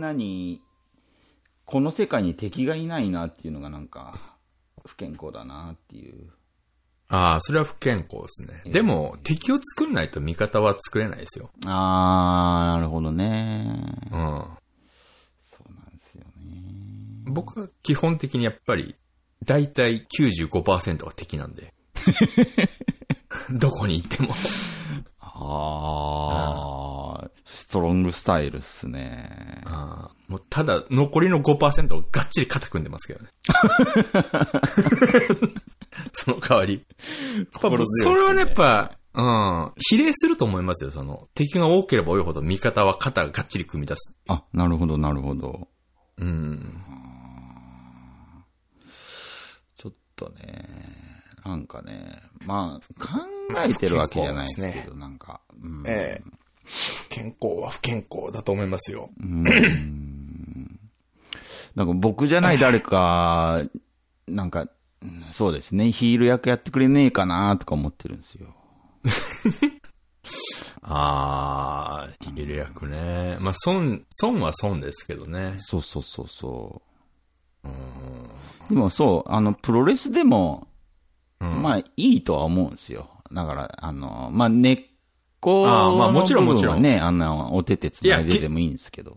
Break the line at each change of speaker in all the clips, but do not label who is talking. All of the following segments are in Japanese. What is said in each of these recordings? なに、この世界に敵がいないなっていうのがなんか、不健康だなっていう。
ああ、それは不健康ですね。でも、敵を作んないと味方は作れないですよ。
あー、なるほどね。
うん。
そうなんですよね。
僕は基本的にやっぱり、だいたい95%が敵なんで。どこに行っても。
あー、ストロングスタイルっすね。
ああもうただ、残りの5%をがっちり肩組んでますけどね。その代わり。
心強いっすね
それはねやっぱ、うん、比例すると思いますよ。その、敵が多ければ多いほど味方は肩ががっちり組み出す。
あ、なるほど、なるほど。
うん。
ちょっとね、なんかね、まあ、考えてるわけじゃないですけど、なんか。うん
ええ。健康は不健康だと思いますよ。
なんか僕じゃない誰か、なんか、うんそうですね、ヒール役やってくれねえかなとか思ってるんですよ。
ああ、ヒベル役ね。まあ、損、損は損ですけどね。
そうそうそうそう。でもそう、あの、プロレスでも、まあ、いいとは思うんですよ。だから、あの、まあ、根っこ
あーまあ
の
もちろん
部分は
もち
ね、あの、お手手つないででもいいんですけど。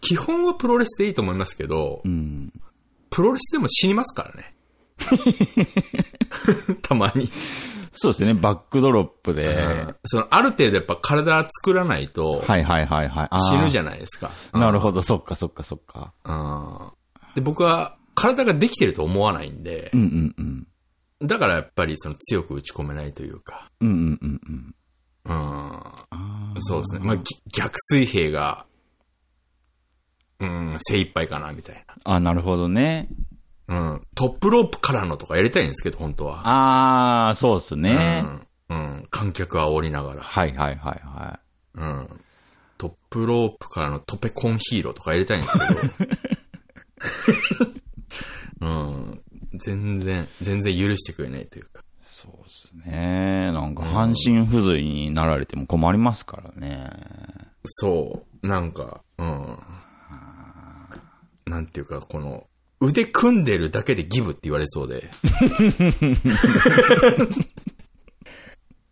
基本はプロレスでいいと思いますけど、
うん。
プロレスでも死にますからね。 たまに、
そうですよね、バックドロップで。
うんその、ある程度やっぱ体作らないと、
はいはいはいはい。あ
死
ー
ぬじゃないですか。
なるほど、そっかそっかそっか。
うんで、僕は体ができてると思わないんで
う、んうんうん。
だからやっぱりその強く打ち込めないというか、
うんうんうんうん。
うん、
あー
そうですね。まあ、ぎ逆水平が、うん、精一杯かな、みたい
あ、なるほどね。
な。うん。トップロープからのとかやりたいんですけど、本当は。
あー、そうっすね。
うん。うん。観客煽りながら。
はいはいはいは
うん。トップロープからのトペコンヒーローとかやりたいんですけ ど。うん。全然、全然許してくれないというか。
い。そうですね。なんか、半身不随になられても困りますからね。
そう。なんか、うん。なんていうか、この、腕組んでるだけでギブって言われそうで。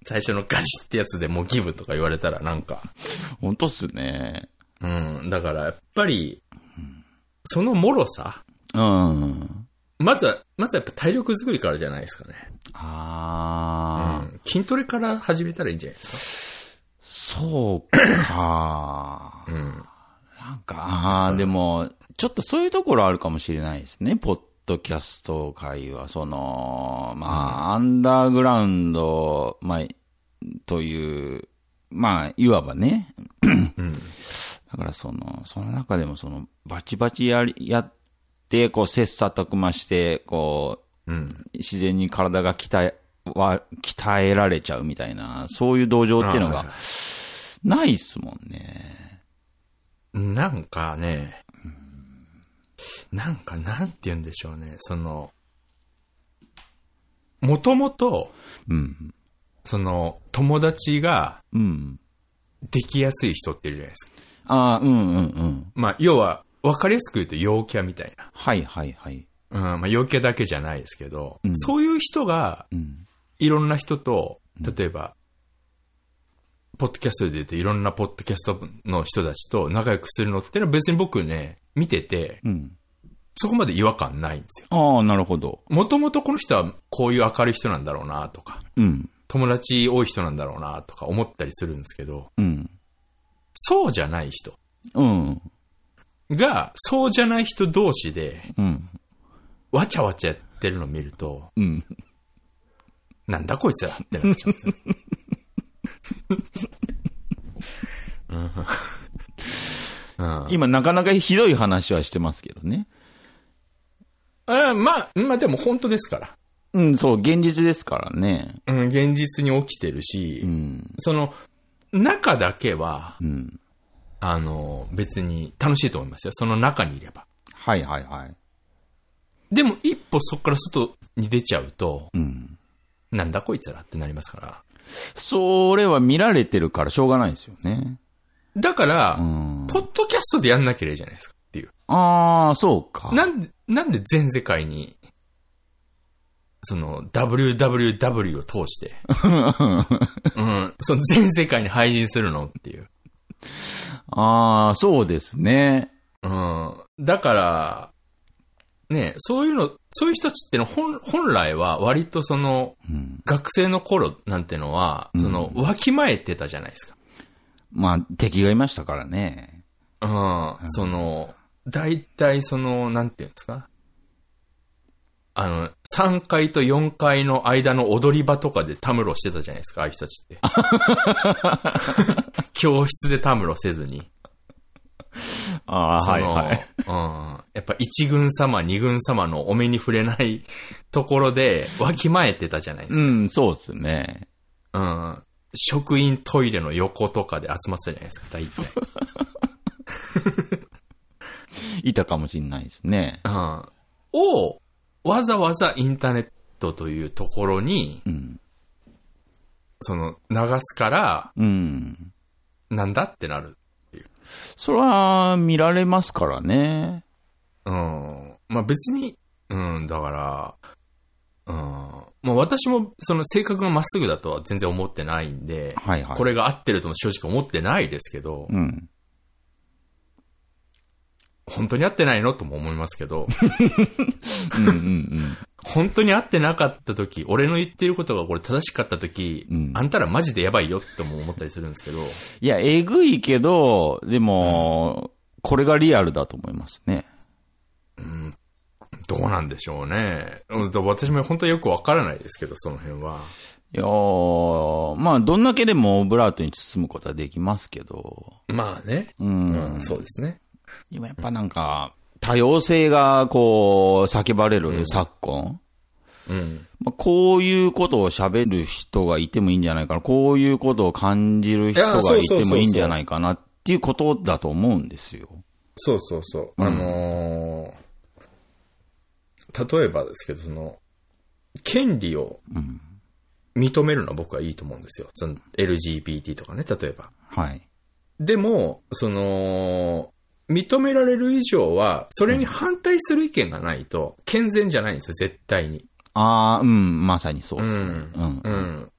最初のガチってやつでもうギブとか言われたらなんか。
ほんとっすね。
うん。だから、やっぱり、その脆さ。
うん。
まずは、まずはやっぱ体力作りからじゃないですかね。う
あー、
ん。筋トレから始めたらいいんじゃないです
そうか。
か。うん。
なんか、あー、でも、ちょっとそういうところあるかもしれないですね。ポッドキャスト界は、その、まあ、アンダーグラウンド、まあ、という、まあ、いわばね、
うん。
だからその、その中でもその、バチバチやり、やって、こう、切磋琢磨して、こ
うん。
う、自然に体が鍛え、は、鍛えられちゃうみたいな、そういう道場っていうの
あ
が、ないっすもんね。
なんかね、なんか、なんて言うんでしょうね。その、もともと、
うん。
その、友達が
うん。
できやすい人っているじゃないですか。
ああ、うんうんうん。
まあ、要は、わかりやすく言うと陽キャみたいな。
はいはいはい。
うん、まあ、陽キャだけじゃないですけど、
うん
そういう人が、
うん。
いろんな人と、例えば、ポッドキャストで言うといろんなポッドキャストの人たちと仲良くするのってのは別に僕ね、見てて、
うん。
そこまで違和感ないんですよ。
ああ、なるほど。
もともとこの人はこういう明るい人なんだろうなとか、
うん。
友達多い人なんだろうなとか思ったりするんですけど、
うん。
そうじゃない人
うん。
が、そうじゃない人同士で、
うん。
わちゃわちゃやってるのを見ると、
うん。
なんだこいつらってなっちゃうんですよ。うん
今、なかなかひどい話はしてますけどね。
あーまあ、まあでも本当ですから。
うん、そう、現実ですからね。
うん、現実に起きてるし、
うん。
その、中だけは、
うん。
あの、別に楽しいと思いますよ。その中にいれば。
はいはいはい。
でも一歩そこから外に出ちゃうと、
うん。
なんだこいつらってなりますから。
それは見られてるからしょうがないですよね。
だから、
うん。
ポッドキャストでやんなきゃいけないじゃないですかっていう。
ああ、そうか。
なんで、なんで全世界に、その、www を 通して、うん、その全世界に配信するのっていう。
ああ、そうですね。
うん。だから、ね、そういうの、そういう人たちっての本、本来は割とその、
うん。
学生の頃なんてのは、その、わきまえてたじゃないですか。
まあ、敵がいましたからね。
うん、その、大体その、なんていうんですか。あの、3階と4階の間の踊り場とかでたむろしてたじゃないですか、ああいう人たちって。 教室でたむろせずに。
ああ、
そ
はい
の
はい。
うん。やっぱ一軍様、二軍様のお目に触れない ところで、わきまえてたじゃないです
う
か。
ん、そうですね。
うん。職員トイレの横とかで集まってたじゃないですか、大体。
いたかもしれないですね。
うん。を、わざわざインターネットというところに、
うん。
その、流すから、
うん。
なんだってなる。
それは見られますからね。
うん。まあ別に、うん、だから、うん。まあ私も、その性格がまっすぐだとは全然思ってないんで、
はいはい。
これが合ってるとも正直思ってないですけど、
うん。
本当に合ってないのとも思いますけど、
うんうん
本当に合ってなかった時、俺の言ってることがこれ正しかった時、
うん
あんたらマジでやばいよっても思ったりするんですけど、
いや、えぐいけど、でも、これがリアルだと思いますね。
どうなんでしょうね。うん、と私も本当によくわからないですけど、その辺は。
いやーまあ、どんだけでもオブラートに包むことはできますけど、
まあね。
うん。
そうですね。
今やっぱなんか、多様性がこう、叫ばれる昨今。
うん。
まあ、こういうことを喋る人がいてもいいんじゃないかな。こういうことを感じる人
いや
が
そう
い
そうそうそう
てもいいんじゃないかなっていうことだと思うんですよ。
そうそうそう。あのー例えばですけど、その、権利を
ん
認めるのは僕はいいと思うんですよ。その LGBT とかね、例えば。
はい。
でも、その、認められる以上は、それに反対する意見がないと、健全じゃないんですよ、絶対に。
ああ、うん、まさにそうですね。うん。
うん。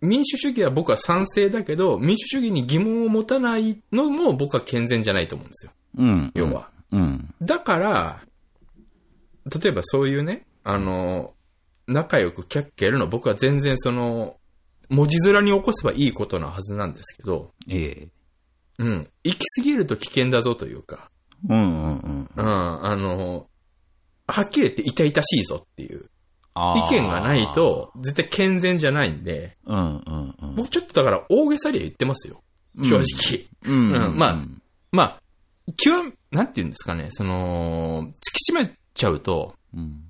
民主主義は僕は賛成だけど、民主主義に疑問を持たないのも僕は健全じゃないと思うんですよ、
うん。
要は。
うん。
だから、例えばそういうね、あの、仲良くキャッキャやるの僕は全然その、文字面に起こせばいいことなはずなんですけど、
ええ。
うん。行き過ぎると危険だぞというか、
うんうんうん。
うん、あの、はっきり言って痛々しいぞっていう
あ
意
ー
見がない。と、絶対健全じゃないんで、
うんうんうん。
僕ちょっとだから大げさには言ってますよ。
うん
正直。
うん
うんまあまあ、極め、なんて言うんですかね、その、突き詰めちゃうと、
うん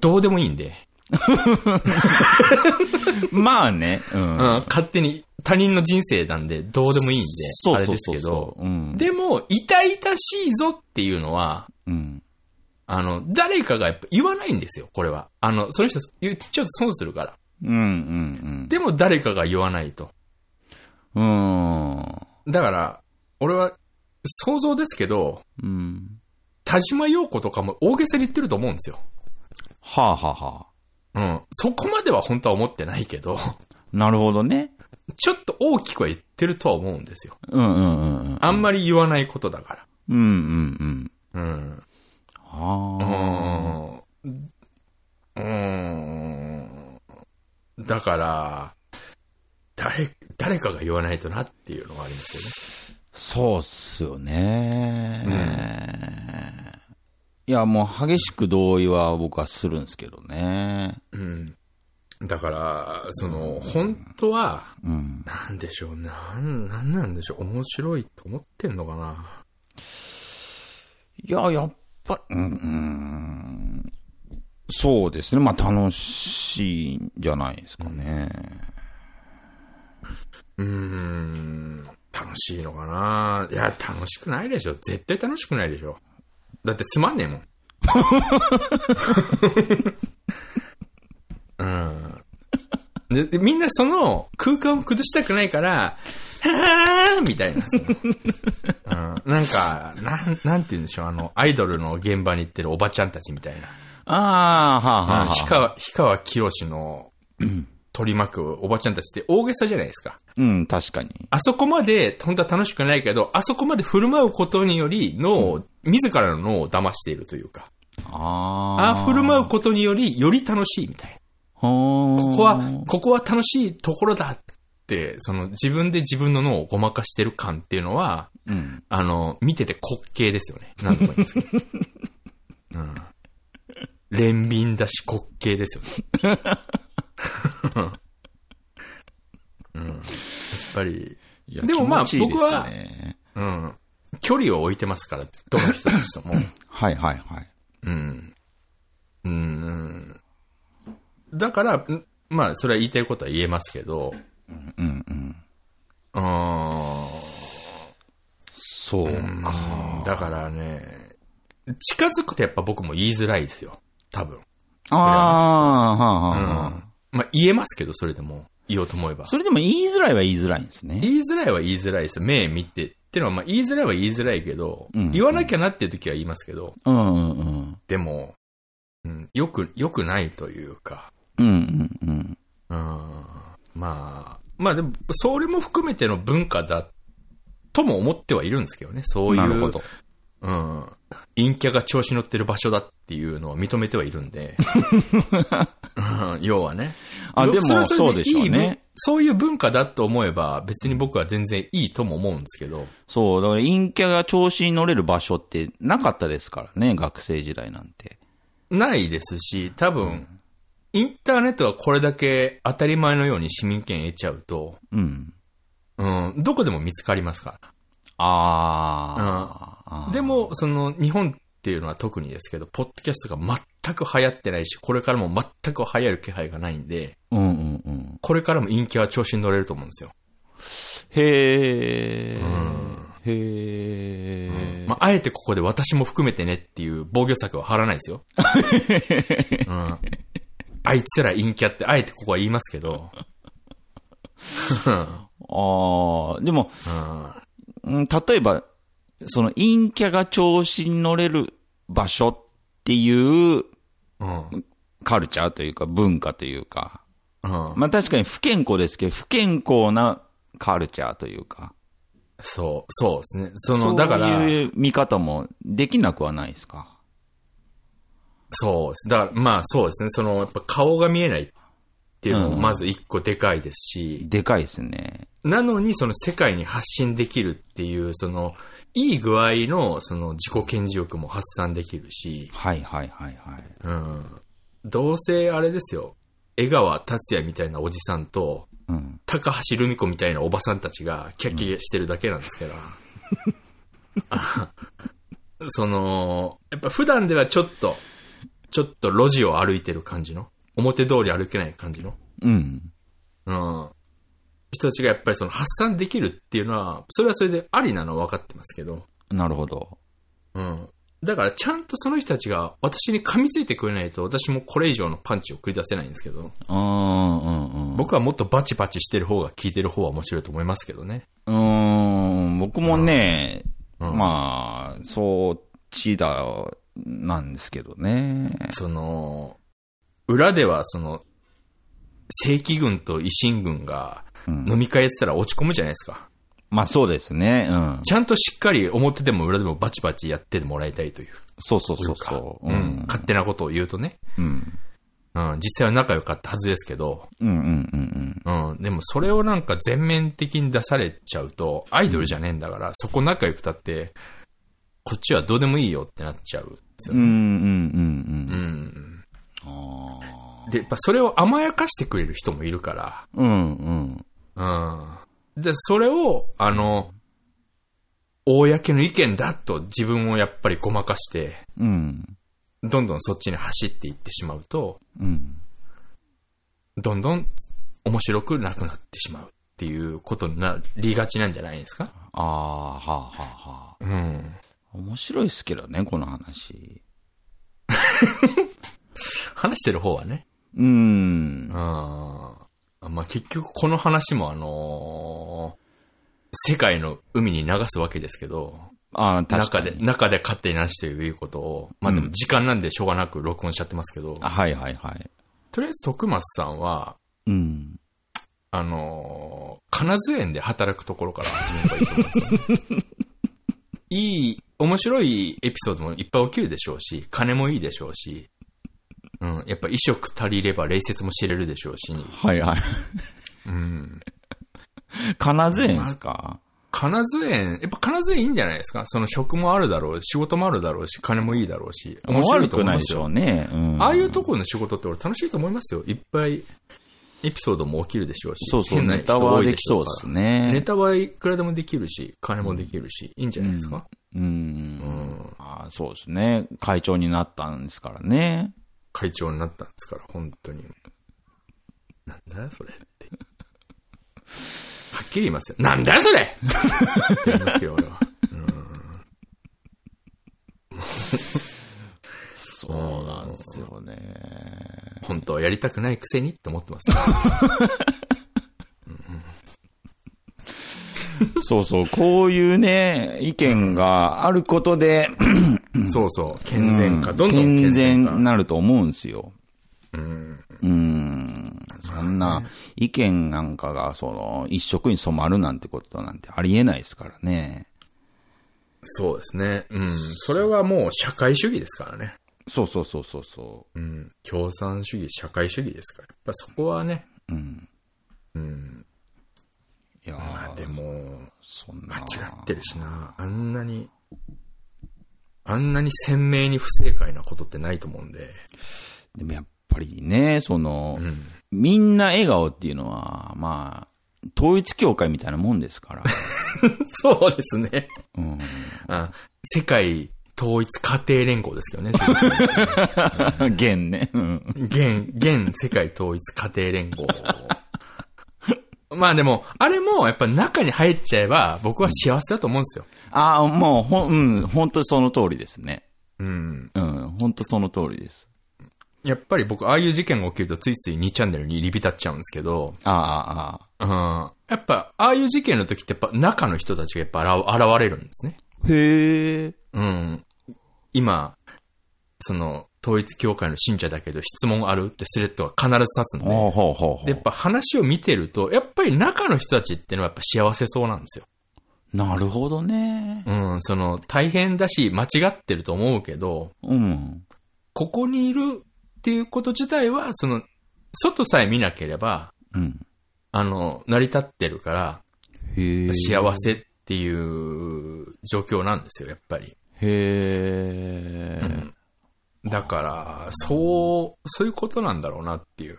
どうでもいいんで、
まあね。うん。
うん、勝手に他人の人生なんで、どうでもいいんで、
そう
あれ
そ
で
う
す
そう
け
そ
ど、
う。うん。
でも、痛々しいぞっていうのは、
うん。
あの、誰かがやっぱ言わないんですよ、これは。あの、その人言っちゃうと損するから。
うんうん
でも誰かが言わないと。
うん。うん。
だから、俺は、想像ですけど、
うん。
田島陽子とかも大げさに言ってると思うんですよ。
はあはあは
うん。そこまでは本当は思ってないけど、
あ。なるほどね。
ちょっと大きくは言ってるとは思うんですよ。
うんうんうんうん。
あんまり言わないことだか
うんうんうん。
ら。うん。う
ああ。
ん。うん。だから、誰、誰かが言わないとなっていうのがありますよね。
そうっすよね。いや、もう激しく同意は僕はするんですけどね。
うん。だから、その、本当は、
うん。
なんでしょう、なん、なんなんでしょう、面白いと思ってんのかな。
いや、やっぱ、うん、うん。そうですね。まあ楽しいんじゃないですかね。
うーん、楽しいのかな。いや、楽しくないでしょ。絶対楽しくないでしょ。だってつまんねえもん。うん。ででみんなその空間を崩したくないから、はぁみたいな。そのうん、なんか、なん、なんて言うんでしょう、あの、アイドルの現場に行ってるおばちゃんたちみたいな。
ああ、はあ、はあ
うん
はあ。
氷川、氷川きよしの取り巻くおばちゃんたちって大げさじゃないですか。
うん、確かに。
あそこまで、本当は楽しくないけど、あそこまで振る舞うことにより脳を、自らの脳を騙しているというか、
ああ。
ああ振る舞うことにより、より楽しいみたいな。
ほー
ここは、ここは楽しいところだって、その自分で自分の脳をごまかしてる感っていうのは、
うん。
あの、見てて滑稽ですよね。なんとも言いますけ ど。うん。憐憫だし滑稽ですよね。 うん。やっぱり、
いや
でもまあ
気持ちいいですね
うん。距離を置いてますから、どの人たちとも。
はいはいはい。
うん。うん。だから、んまあ、それは言いたいことは言えますけど、
うんうん。
うーん。
そうか。
だからね、近づくとやっぱ僕も言いづらいですよ。多分。
ああ、はあ
うん。
はあはあ。
まあ言えますけど、それでも。言おうと思えば。
それでも言いづらいは言いづらいんですね。
言いづらいは言いづらいです。目見て。ってのは、まあ言いづらいは言いづらいけど、
うん
言わなきゃなっていう時は言いますけど、
うんうんうん。
でも、うん、よく、よくないというか、
うんうんうん。
うん。まあ、まあでも、それも含めての文化だとも思ってはいるんですけどね、そういう。
なるほど。
うん。陰キャが調子乗ってる場所だっていうのを認めてはいるんで。うん要はね。
あ、
よ
でも
れは
そう
れ
でしょう
いい文
ね。
そういう文化だと思えば、別に僕は全然いいとも思うんですけど。
そう、だから陰キャが調子に乗れる場所ってなかったですからね、学生時代なんて。
ないですし、多分、インターネットがこれだけ当たり前のように市民権得ちゃうと、
うん。
うん、どこでも見つかりますから。
ああ。
でも、その、日本っていうのは特にですけど、ポッドキャストが全く流行ってないし、これからも全く流行る気配がないんで、
うんうんうん。
これからも陰キャは調子に乗れると思うんですよ。
へえ。へえ。
まあ、あえてここで私も含めてねっていう防御策は張らないで すよ。うん、あいつら陰キャってあえてここは言いますけど、
ああ、でも、
うん、
うん例えば、その陰キャが調子に乗れる場所っていう
うん、
カルチャーというか文化というか、
うん。
まあ確かに不健康ですけど、不健康なカルチャーというか、
そう、そうですね。そ
そ
の、だから、
ういう見方もできなくはないですか。
そうです。だから、まあそうですね。その、やっぱ顔が見えないっていうのも
うん
まず一個でかいですし、
でかいですね。
なのに、その世界に発信できるっていう、その、いい具合の、その自己顕示欲も発散できるし、
はいはいはいはい。
うん。どうせあれですよ、江川達也みたいなおじさんと、
うん。
高橋留美子みたいなおばさんたちがキャッキャしてるだけなんですけど、あその、やっぱ普段ではちょっと、ちょっと路地を歩いてる感じの、表通り歩けない感じの、
うん。
うん。人たちがやっぱりその発散できるっていうのは、それはそれでありなのは分かってますけど、
なるほど。
うん。だからちゃんとその人たちが私に噛みついてくれないと私もこれ以上のパンチを繰り出せないんですけど、
うんうんうん。
僕はもっとバチバチしてる方が聞いてる方は面白いと思いますけどね。
うーん、僕もね、
うん
まあ、そうちだ、なんですけどね。
その、裏ではその、正規軍と維新軍が
うん
飲み会やってたら落ち込むじゃないですか。
まあそうですね。うん。
ちゃんとしっかり表でも裏でもバチバチやってもらいたいという
そうそうそう
か
そう。
うん勝手なことを言うとね。
うん。
うん、実際は仲良かったはずですけど、
うんうんうんうん。
うん、でもそれをなんか全面的に出されちゃうと、アイドルじゃねえんだから、そこ仲良くたって、こっちはどうでもいいよってなっちゃう。
うんうんうん
う
うん。
ん。
ああ。
で、やっぱそれを甘やかしてくれる人もいるか
うんうん。
ら、うん。で、それを、あの、公の意見だと自分をやっぱりごまかして、
うん。
どんどんそっちに走っていってしまうと、
うん。
どんどん面白くなくなってしまうっていうことになりがちなんじゃないですか
ああ、はあはあはあ。
うん。
面白いですけどね、この話。
話してる方はね。
うん。
あまあ、結局この話もあのー世界の海に流すわけですけど、
ああ、確か
中
に。
で、中で勝手になしということを、まあでも時間なんでしょうがなく録音しちゃってますけど、
あはいはいはい。
とりあえず徳松さんは、
うん。
あのー金津園で働くところから始めればいいと思うんです よね。いい、面白いエピソードもいっぱい起きるでしょうし、金もいいでしょうし、うん、やっぱ衣食足りれば礼節も知れるでしょうし、
はいはい。
うん。
金津園ですか
金津園、やっぱ金津園いいんじゃないですかその職もあるだろうし、仕事もあるだろうし、金もいいだろうし、面白い
悪
と
く
思い
ない
ま
ですし
よ
ょう。ね。うん
ああいうところの仕事って俺楽しいと思いますよ。いっぱいエピソードも起きるでしょうし。
そうそう、
変な
ネタ
人多
はいでき
し
そ
ょ
う
う
で
から
すね。
ネタはいくらでもできるし、金もできるし、いいんじゃないですか、
うん。
ん
あそうですね。会長になったんですからね。
会長になったんですから、本当に。なんだそれって。はっきり言いますよ。なんだそれって言いますよ、俺は。
そうなんですよね。
本当はやりたくないくせにって思ってますよ。
そうそう、こういうね、意見があることで、
そうそう。健全化。
うん
どんどん
健
健全
全
化。
になると思うんですよ。
うん。
うん。そんな意見なんかが、その、一色に染まるなんてことなんてありえないですからね。
そうですね。うん。それはもう社会主義ですからね。
そうそうそうそうそ
うん。共産主義、社会主義ですから。やっぱそこはね。
う。うん。
うん。
いや
ま
ー
あでも、
そん
間
な
違。ってるしな。あんなに、あんなに鮮明に不正解なことってないと思うんで。
でもやっぱりね、その、
うん。
みんな笑顔っていうのは、まあ、統一教会みたいなもんですから。
そうですね。
うん、
あ世界統一家庭連合ですよね。
現ね。うん
現、現世界統一家庭連合。まあでも、あれもやっぱ中に入っちゃえば僕は幸せだと思うんですよ。
ああ、もう、ほん、うん、本当にその通りですね。
うん。
うん、本当その通りです。
やっぱり僕、ああいう事件が起きるとついつい2チャンネルに入り浸っちゃうんですけど、
ああ、ああ。
うん。やっぱ、ああいう事件の時ってやっぱ中の人たちがやっぱ現現れるんですね。
へえ。
うん。今、その、統一教会の信者だけど質問あるってスレッドが必ず立つ
あ
ので、
ほうほうほう。
でやっぱ話を見てると、やっぱり中の人たちってのはやっぱ幸せそうなんですよ。
なるほどね。
うん、その、大変だし、間違ってると思うけど、
うん。
ここにいるっていうこと自体は、その、外さえ見なければ、
うん。
あの、成り立ってるから、
へえ。
幸せっていう状況なんですよ、やっぱり。
へえ、
うんだから、そう、そういうことなんだろうなっていう。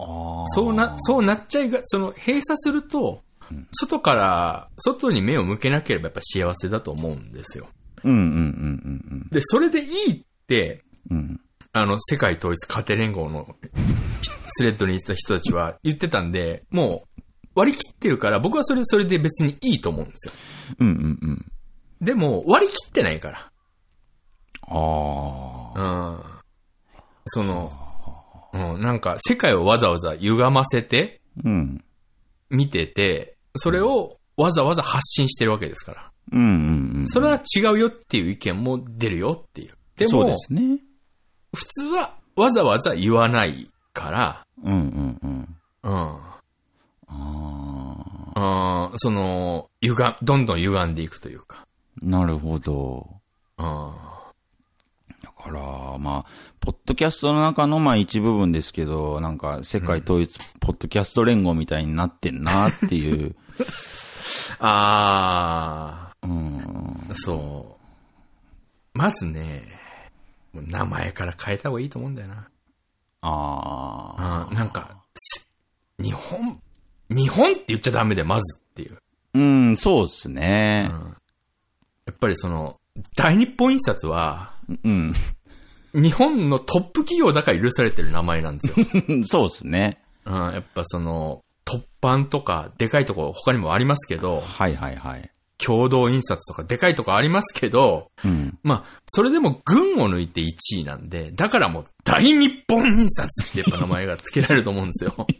ああ。
そうな、そうなっちゃいが、その、閉鎖すると、外から、外に目を向けなければやっぱ幸せだと思うんですよ。
うんうんうん
で、それでいいって、
うんうん。うん。
あの、世界統一家庭連合のスレッドに行った人たち は言ってたんで、もう割り切ってるから、僕はそれ、それで別にいいと思うんですよ。
うんうんうん。
でも、割り切ってないか
ああ。
ら。うん。その、うん、なんか、世界をわざわざ歪ませて、
うん。
見てて、それをわざわざ発信してるわけですから。
うんうんうん。
それは違うよっていう意見も出るよっていう。で
そう
も
で、すね。
普通はわざわざ言わないから、
うんうんうん。
うん。
ああ。
あーその、歪ん、どんどん歪んでいくというか。
なるほど。
あ
だから、まあ、ポッドキャストの中のまあ一部分ですけど、なんか世界統一ポッドキャスト連合みたいになってんなっていう。
ーあ
うん。
ー、そう。まずね、もう名前から変えた方がいいと思うんだよな。
ああ。
あーなんか、せ日本、日本って言っちゃダメだよ、まずっていう。
うん、そうですね
うん。やっぱりその、大日本印刷は、
うん。
日本のトップ企業だから許されてる名前なんですよ。
そうですね。
うん、やっぱその、突版とか、でかいとこ他にもありますけど、
はいはいはい。
共同印刷とかでかいとこありますけど、
うん。
まあ、それでも群を抜いて1位なんで、だからもう大日本印刷ってやっぱ名前が付けられると思うんですよ。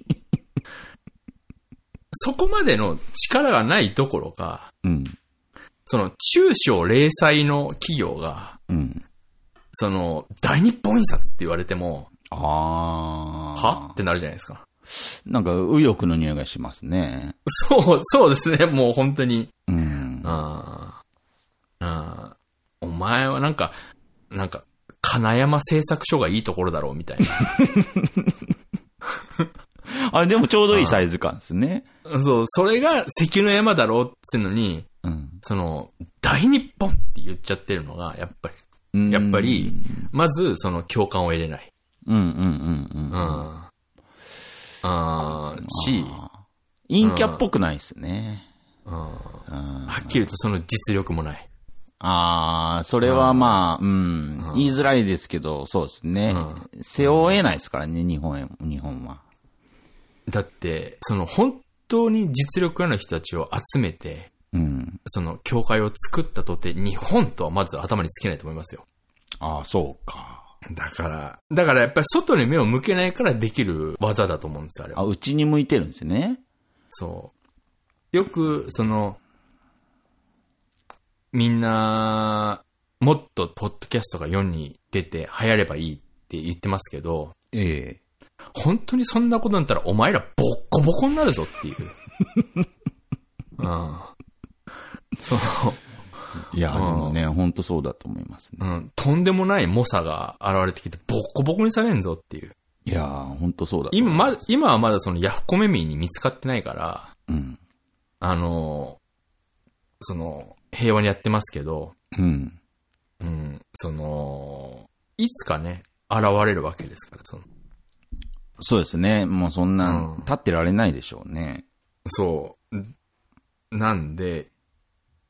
そこまでの力がないどころか、
うん。
その中小零細の企業が、
うん。
その大日本印刷って言われても、
ああ。
はってなるじゃないですか。
なんか、右翼の匂いがしますね。
そう、そうですね、もう本当に。
うん。
あーあーお前はなんか、なんか、金山製作所がいいところだろうみたい
あれ、でもちょうどいいサイズ感ですね。
な。そう、それが関の山だろうってのに、
うん
その、大日本って言っちゃってるのが、やっぱり、
うん。
やっぱり、まず、その共感を得れない。
うんうんうん
う。
うんん。
ああーし、
陰キャっぽくないですね。
うんは
うん
っきり言うとその実力もない。
ああ、それはまあ、うん、言いづらいですけど、そうですね。背負えないですからね、日本へ、日本は。
だって、その本当に実力ある人たちを集めて、
うん。
その教会を作ったとて、日本とはまず頭につけないと思いますよ。
ああ、そうか。
だから、だからやっぱり外に目を向けないからできる技だと思うんですよ、あれ
あ、
は。
うちに向いてるんですね。
そう。よく、その、みんな、もっとポッドキャストが世に出て流行ればいいって言ってますけど、
ええ。
本当にそんなことになったらお前らボッコボコになるぞっていう。 うん。その、
いや、でもね、本当そうだと思います
う
ね。
ん、とんでもない猛者が現れてきて、ボッコボコにされんぞっていう。
いやー、本当そうだと思
今
いま
ま、今はまだそのヤフコメ民に見つかってないから、
うん。
あのー、その、平和にやってますけど、
うん。
うん、その、いつかね、現れるわけですから、その、
そうですね。もうそんな
うん
ん、立ってられないでしょうね。
そう。んなんで、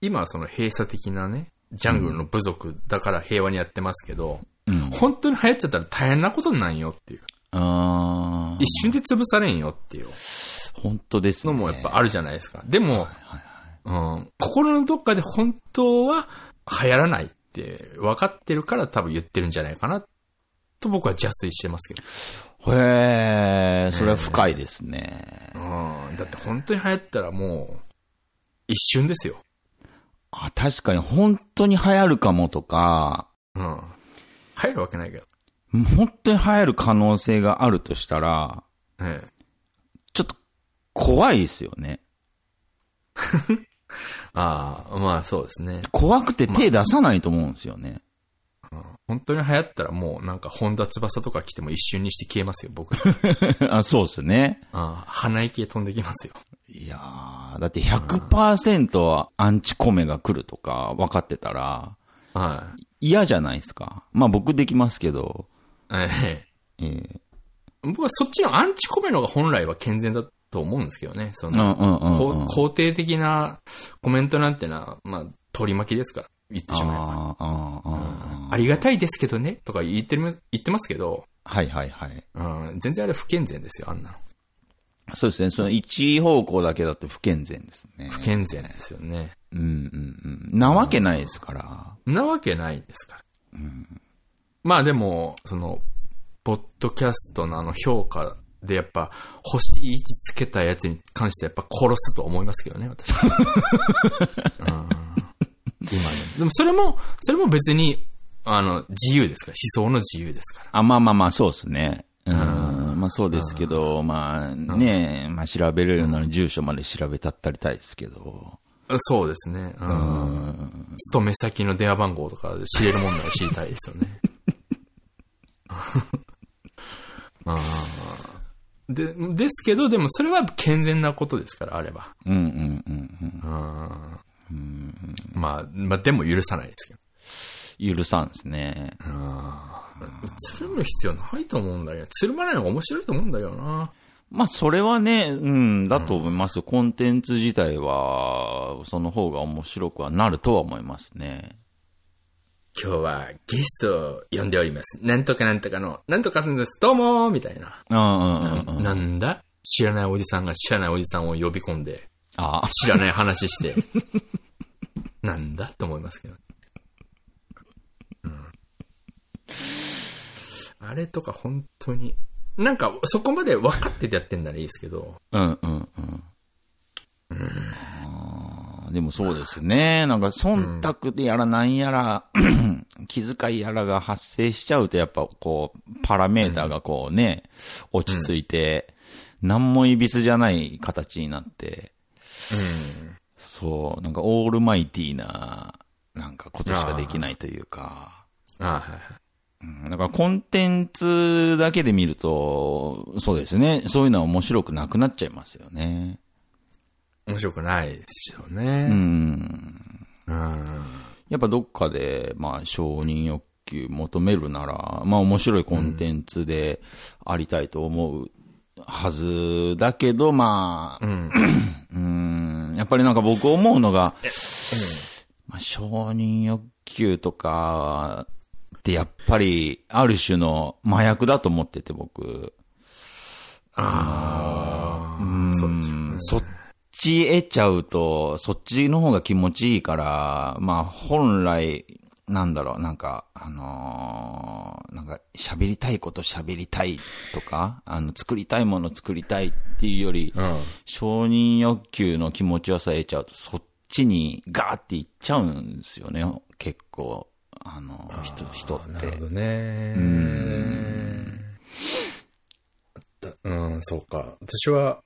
今はその閉鎖的なね、ジャングルの部族だから平和にやってますけど、
うん。
本当に流行っちゃったら大変なことになんよっていう。
あ
一瞬で潰されんよっていう
あ、本当です
の
ね。
もやっぱあるじゃないですか。でも、うん、心のどっかで本当は流行らないって分かってるから多分言ってるんじゃないかなと僕は邪推してますけど。
へえ、それは深いですね。
うん、だって本当に流行ったらもう、一瞬ですよ。
あ、確かに本当に流行るかもとか、
うん。入るわけないけど。
本当に流行る可能性があるとしたら、
ええ。
ちょっと怖いですよね。
ああ、まあそうですね。
怖くて手出さないと思うんですよね。
うん本当に流行ったらもうなんか本田翼とか来ても一瞬にして消えますよ、 僕。
あ、そうですね。
ああ、鼻息で飛んできますよ。
いやー、だって100%アンチコメが来るとか分かってたら
はい。
嫌じゃないですか。まあ僕できますけど。
ええ。
ええ
僕はそっちのアンチコメのが本来は健全だと思うんですけどね。そ
うん
の、
うんうん
こ
うん。
肯定的なコメントなんてな、まあ、取り巻きですから、言ってしまえば。
あーあー、あー
ありがたいですけどね、とか言ってる、言ってますけど、
はいはいはい。
うん、全然あれ不健全ですよ、あんなの。
そうですね。その一方向だけだと不健全ですね。
不健全ですよね。
うんうんうん。なわけないですから。
なわけないですから。まあでも、その、ポッドキャストのあの評価でやっぱ、星1つけたやつに関してやっぱ殺すと思いますけどね、私。うん今ね。でもそれも、それも別に、あの、自由ですから。思想の自由ですから。
あ、まあまあまあ、そうですね。うん。まあそうですけど、まあねえ、まあ調べれるなら住所まで調べたったりたいですけど。
そうですね。うん。勤め先の電話番号とか知れるもんなら知りたいですよね。 あーで、ですけど、でもそれは健全なことですから、あれば。
うんうんうん
まあ、まあでも許さないですけど。
うん。許さんですね。
つるむ必要ないと思うんだけど、つるまないのが面白いと思うんだけどな。
まあそれはね、うん、だと思いますよ。コンテンツ自体は、その方が面白くはなるとは思いますね。
今日はゲストを呼んでおります。なんとかなんとかの、なんとかなんです、どうもーみたいな。
うんうんうんうん。
なんだ知らないおじさんが知らないおじさんを呼び込んで。
ああ、
知らない話して。なんだって思いますけど。うんあれとか本当に。なんか、そこまで分かっててやってんならいいですけど、
うんうんうん。あーでもそうですね。なんか、忖度でやらなんやら、 気遣いやらが発生しちゃうと、やっぱこう、パラメーターがこうね、落ち着いて、何もいびすじゃない形になって、そう、なんかオールマイティーな、なんかことしかできないというか。
うん。あーはいはい。
だからコンテンツだけで見ると、そうですね。そういうのは面白くなくなっちゃいますよね。
面白くないですよ
う
ね。
ん。
うん。
やっぱどっかで、まあ、承認欲求求めるなら、まあ、面白いコンテンツでありたいと思うはずだけど、まあ、
うん。
うん、やっぱりなんか僕思うのが、まあ、承認欲求とか、ってやっぱり、ある種の麻薬だと思ってて、僕。
ああ、そうですよね。
そっち得ちゃうと、そっちの方が気持ちいいから、まあ本来、なんだろう、なんか、あのーなんか喋りたいこと喋りたいとか、あの、作りたいもの作りたいっていうより、
うん。
承認欲求の気持ちよさ得ちゃうと、そっちにガーっていっちゃうんですよね、結構、あの、人、人っ
な
て
るほ。どね。うん。うん、そうか。私は、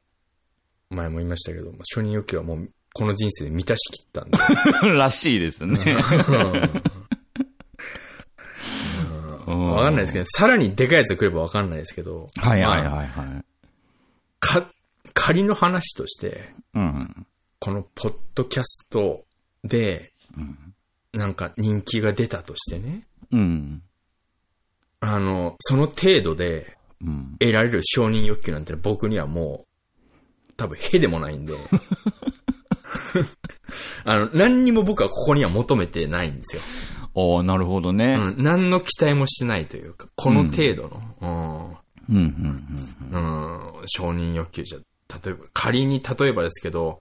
前も言いましたけど、承認欲求はもう、この人生で満たしきっ たんで。
らしいですね。
うんわかんないですけど、さらにでかいやつが来ればわかんないですけど。
はいはい
まあ
はいはい。
か、仮の話として、
うん。
このポッドキャストで、なんか人気が出たとしてね。
うん。
あの、その程度で
うん。
得られる承認欲求なんて僕にはもう、多分、へでもないんで。 あの、何にも僕はここには求めてないんですよ。
おーなるほどね。
うん、何の期待もしてないというか、この程度の、
うん、うん、うん。
うん、うん、承認欲求じゃ、例えば、仮に例えばですけど、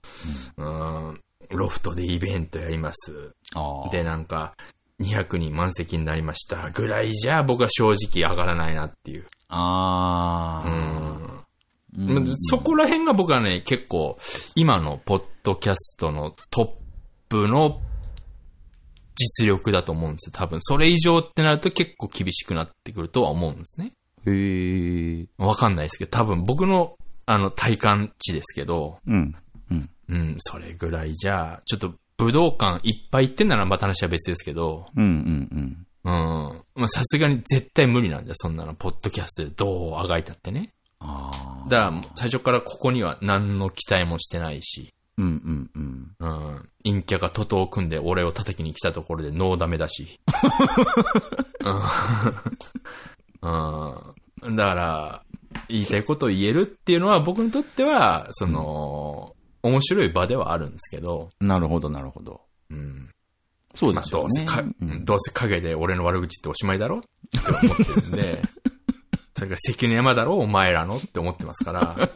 うん、ロフトでイベントやります。
ああ。
で、なんか、200人満席になりましたぐらいじゃ、僕は正直上がらないなっていう。
ああ。
うんまあそこら辺が僕はね、結構、今のポッドキャストのトップの実力だと思うんですよ。多分、それ以上ってなると結構厳しくなってくるとは思うんですね。
へえ。
わかんないですけど、多分僕の、あの、体感値ですけど、
うん。うん。
うん、それぐらいじゃ、ちょっと武道館いっぱい行ってんならまた話は別ですけど、
うん、うん、
うん、まあさすがに絶対無理なんだよ、そんなの。ポッドキャストでどうあがいたってね。
ああ。
だから、最初からここには何の期待もしてないし、
うん、うん、うん。
うん、陰キャが徒党を組んで俺を叩きに来たところでノーダメだし。うん、うんだから、言いたいことを言えるっていうのは僕にとっては、その、面白い場ではあるんですけど、
なるほど、なるほど。
うん。
そうで
まあ、
す
ど
よ
うせ
ね。
か、
うん
どうせ影で俺の悪口っておしまいだろって思ってるんで、 それから関の山だろお前らのって思ってますから。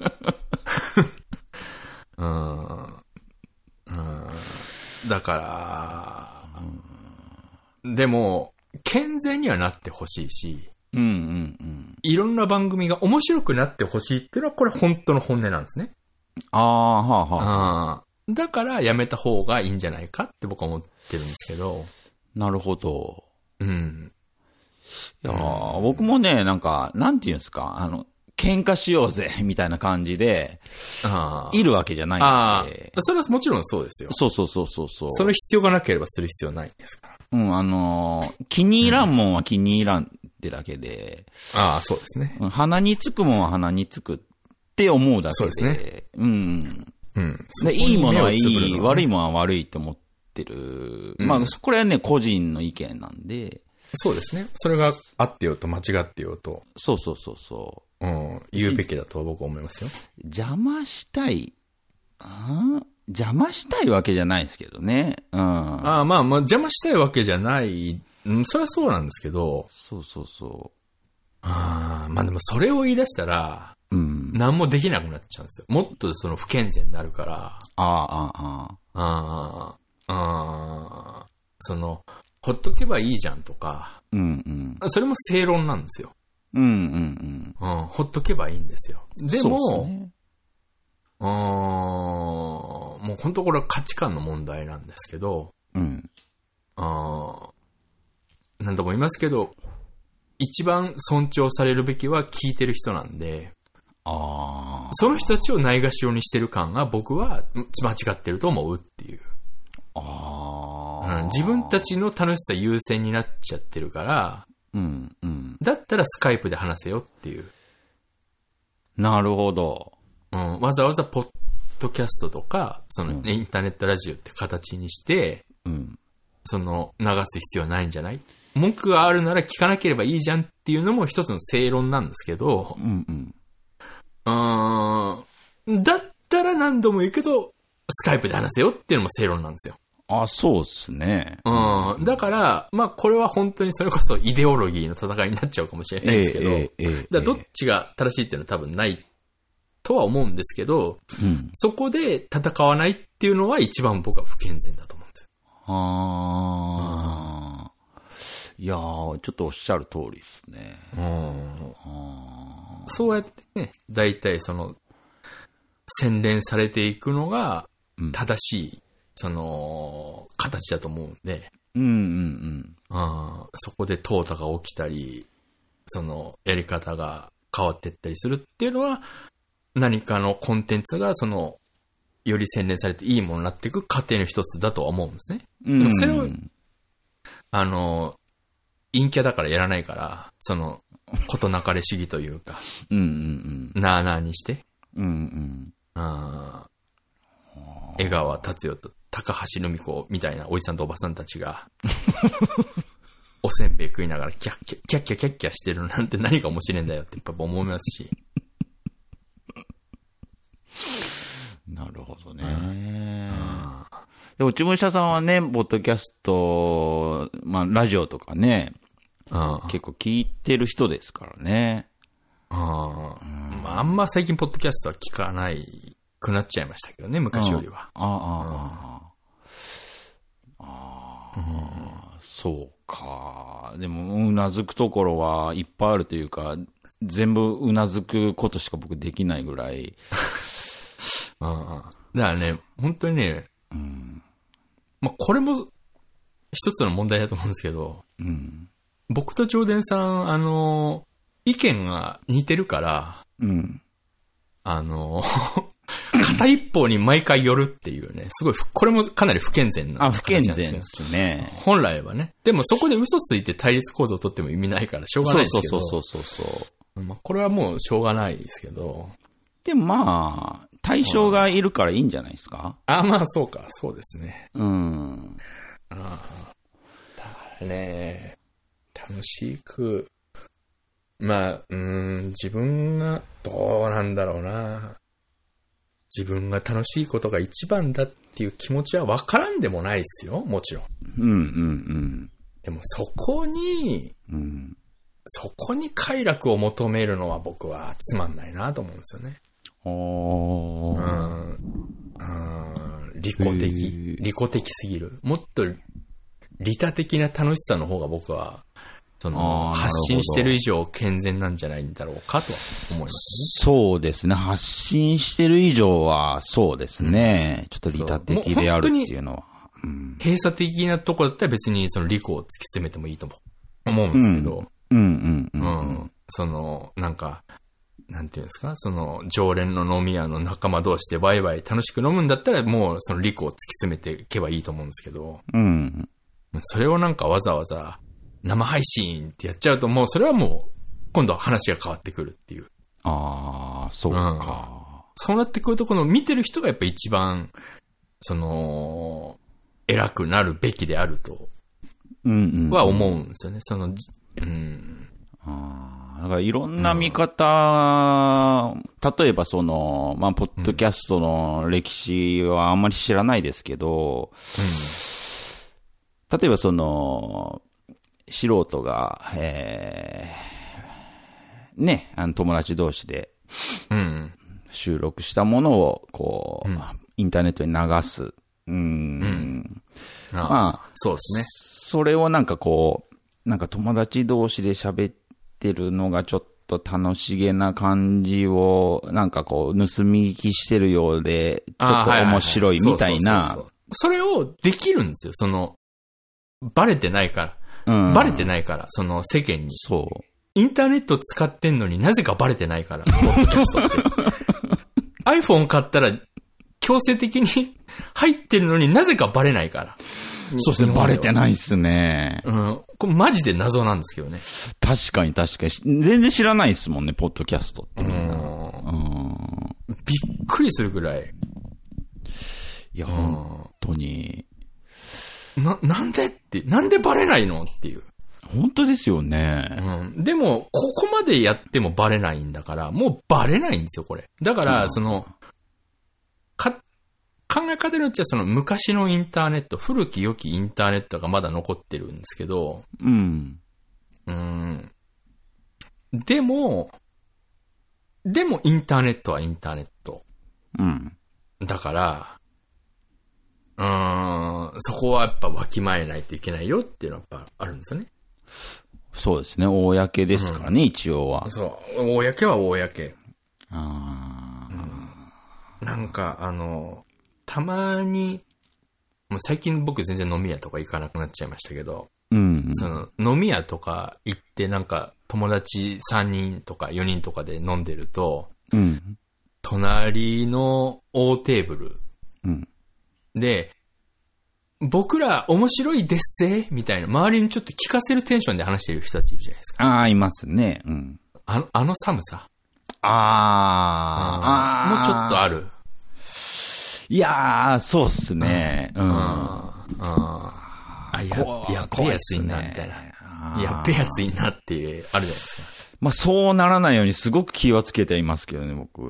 うん。うん。だから、でも、健全にはなってほしいし、
うん、うん、うん。
いろんな番組が面白くなってほしいっていうのは、これ本当の本音なんですね。
ああ、はあ、はあ。
うん。だからやめた方がいいんじゃないかって僕は思ってるんですけど、
なるほど。
うん。
いやー僕もね、なんか、なんていうんですか、あの、喧嘩しようぜ、みたいな感じで、
ああ
いるわけじゃな
あ
いんで
あ。、それはもちろんそうですよ。
そうそうそうそうそう。
それ必要がなければする必要ないんですから。
うん、あのー気に入らんもんは気に入らんってだけで、
ああ、そうですね。
うん鼻につくもんは鼻につくって思うだけで。
そうです
うん。
うん。
で、いいものはい
そこに目をつぶる
い、
の
悪いものは悪いって思ってる。まあ、これはね、個人の意見なんで、
そうですね。それがあってようと間違ってようと、
そうそうそうそ
うん、言うべきだと僕は思いますよ。
う。邪魔したい。あー邪魔したいわけじゃないですけどね。うん。
ああ、まあまあ、邪魔したいわけじゃない。うん、それはそうなんですけど、
そうそうそ
ああ、まあでもそれを言い出したら、
う。うん。
何もできなくなっちゃうんですよ。もっとその不健全になるから、
ああ、ああ、
ああ、ああ、その、ほっとけばいいじゃんとか、
うんうん。
それも正論なんですよ。
うんうんうん。
うん、ほっとけばいいんですよ。で
そうっ
も、
すね
うーん、もう本当これは価値観の問題なんですけど、
うん。
あーなんとも言いますけど、一番尊重されるべきは聞いてる人なんで、
あ
その人たちをないがしろにしてる感が僕はうん間違ってると思うっていう。
あ。あ
う
あ。
ん、自分たちの楽しさ優先になっちゃってるから、
うん、うん。
だったらスカイプで話せよっていう。
なるほど。
うん、わざわざポッドキャストとか、その、
うん
インターネットラジオって形にして、
うん。
その流す必要はないんじゃない文句があるなら聞かなければいいじゃんっていうのも一つの正論なんですけど
う、ん、うん。
うーん、だったら何度も言うけど、スカイプで話せよっていうのも正論なんですよ。
あ、そうっすね。
うん。だから、まあこれは本当にそれこそイデオロギーの戦いになっちゃうかもしれない
え
で
え
すけど、
ええええ
だからどっちが正しいっていうのは多分ないとは思うんですけど、
うん。
そこで戦わないっていうのは一番僕は不健全だと思うんですよ。
ああ。いやー、ちょっとおっしゃる通りですね。あ
そうやってね、大体その、洗練されていくのが
うん
正しい、その、形だと思うんで、
ーうん、うん、
あーそこで淘汰が起きたり、その、やり方が変わっていったりするっていうのは、何かのコンテンツがその、より洗練されていいものになっていく過程の一つだとは思うんですね。
うん。
でもそれを
うん
あの、陰キャだからやらないから、その、ことなかれ主義というか、
うん、うん。
なあなあにして、
うん、うん。
あー江川達也と高橋留美子みたいなおじさんとおばさんたちが、おせんべい食いながらキャッキャ、キャッキャキャッキャしてるなんて何が面白いんだよってやっぱ思いますし、
なるほどね。
あ
で、落ち武者さんはね、ポッドキャスト、まあ、ラジオとかね、
あー
結構聞いてる人ですからね。
あーまああんま最近ポッドキャストは聞かないくなっちゃいましたけどね、昔よりは。
ああ、ああ、ああ、そうか。でも、うなずくところはいっぱいあるというか、全部うなずくことしか僕できないぐらい。
ああ。だからね、本当にね、まあ、これも一つの問題だと思うんですけど、
うん。
僕と上田さん、あの、意見が似てるから、
うん。
あの、片一方に毎回寄るっていうね、すごい、これもかなり不健全な
あ、不健
形なんです
全
よ
で。すね。
本来はね。でもそこで嘘ついて対立構造を取っても意味ないからしょうがな
そ
いうです
そう
けど。
そうそうそうそう。
まあ、これはもうしょうがないですけど。
でもまあ、対象がいるからいいんじゃないですか。
あ、まあそうか、そうですね。
うん。
ね楽しく、まあ、うーん、自分が、どうなんだろうな。自分が楽しいことが一番だっていう気持ちは分からんでもないですよ、もちろん。
うんうん
でもそこに、
うん。うん。
そこに快楽を求めるのは僕はつまんないなと思うんですよね。
お
う
ー。
ん。うん利己
へ
的
ー。
利己的すぎる。もっと、利他的な楽しさの方が僕は、その、
あー
発信してる以上健全なんじゃないんだろうかとは思います
そうですね。発信してる以上は、そうですね。ちょっと利他的であるっていうのは。
ね。閉鎖的なとこだったら別にその利己を突き詰めてもいいと思う思うんですけど、
うんうん
う、
うんん。
その、なんか、なんていうんですか、その、常連の飲み屋の仲間同士でワイワイ楽しく飲むんだったらもうその利己を突き詰めていけばいいと思うんですけど、
うん。
それをなんかわざわざ生配信ってやっちゃうともうそれはもう今度は話が変わってくるっていう。
ああ、そうか。
そうなってくるとこの見てる人がやっぱ一番、その、偉くなるべきであると
うんうん。
は思うんですよね。その、じうん。
あーだからいろんな見方、例えばその、まあ、ポッドキャストの歴史はあんまり知らないですけど、例えばその、素人が、えーね、あの友達同士で
うん。うん。
収録したものを、こう、
うん
インターネットに流す。うん。
あ
まあ、
そうですね。
それをなんかこう、なんか友達同士で喋ってるのがちょっと楽しげな感じを、なんかこう、盗み聞きしてるようで、ちょっと面白いみたい
そう
な
そうそう。そうそれをできるんですよ、その、バレてないか
うん
ら。バレてないから、その世間に。
そう。
インターネット使ってんのになぜかバレてないから、ポッドキャストって。iPhone 買ったら、強制的に入ってるのになぜかバレないから。。
そうですね、バレてないいっすね。
うん。これマジで謎なんですけどね。
確かに確かに。し全然知らないっすもんね、ポッドキャストって
う
みんな。
ん。
うん。
びっくりするぐらい。
いや、
うん
本当に。
な、なんでって、なんでバレないのっていう。
本当ですよね。
うん。でも、ここまでやってもバレないんだから、もうバレないんですよ、これ。だか
う
ら、
ん
その、か、考え方によってはその昔のインターネット、古き良きインターネットがまだ残ってるんですけど、
うん。
うん。でも、でもインターネットはインターネット。
うん。
だから、うーん、そこはやっぱわきまえないといけないよっていうのはやっぱあるんですよね。
そうですね、公ですからね、一応は。
そう。公は公。
あー
なんか、あの、たまに、もう最近僕全然飲み屋とか行かなくなっちゃいましたけど、
うん。
その、飲み屋とか行ってなんか友達3人とか4人とかで飲んでると、
うん。
隣の大テーブル
うん。
で、僕ら面白いですぜみたいな、周りにちょっと聞かせるテンションで話してる人たちいるじゃないですか。
ああ、いますね。うん。
あの、あの寒さ。
ああ、
もうちょっと
あ
ある。
いやー、そうっすね。うん。
ああ、や、やっべえやついんな、みたいな。
な
やっべえやついんなっていう、あるじゃないですか。
まあ、そうならないようにすごく気はつけていますけどね、 僕。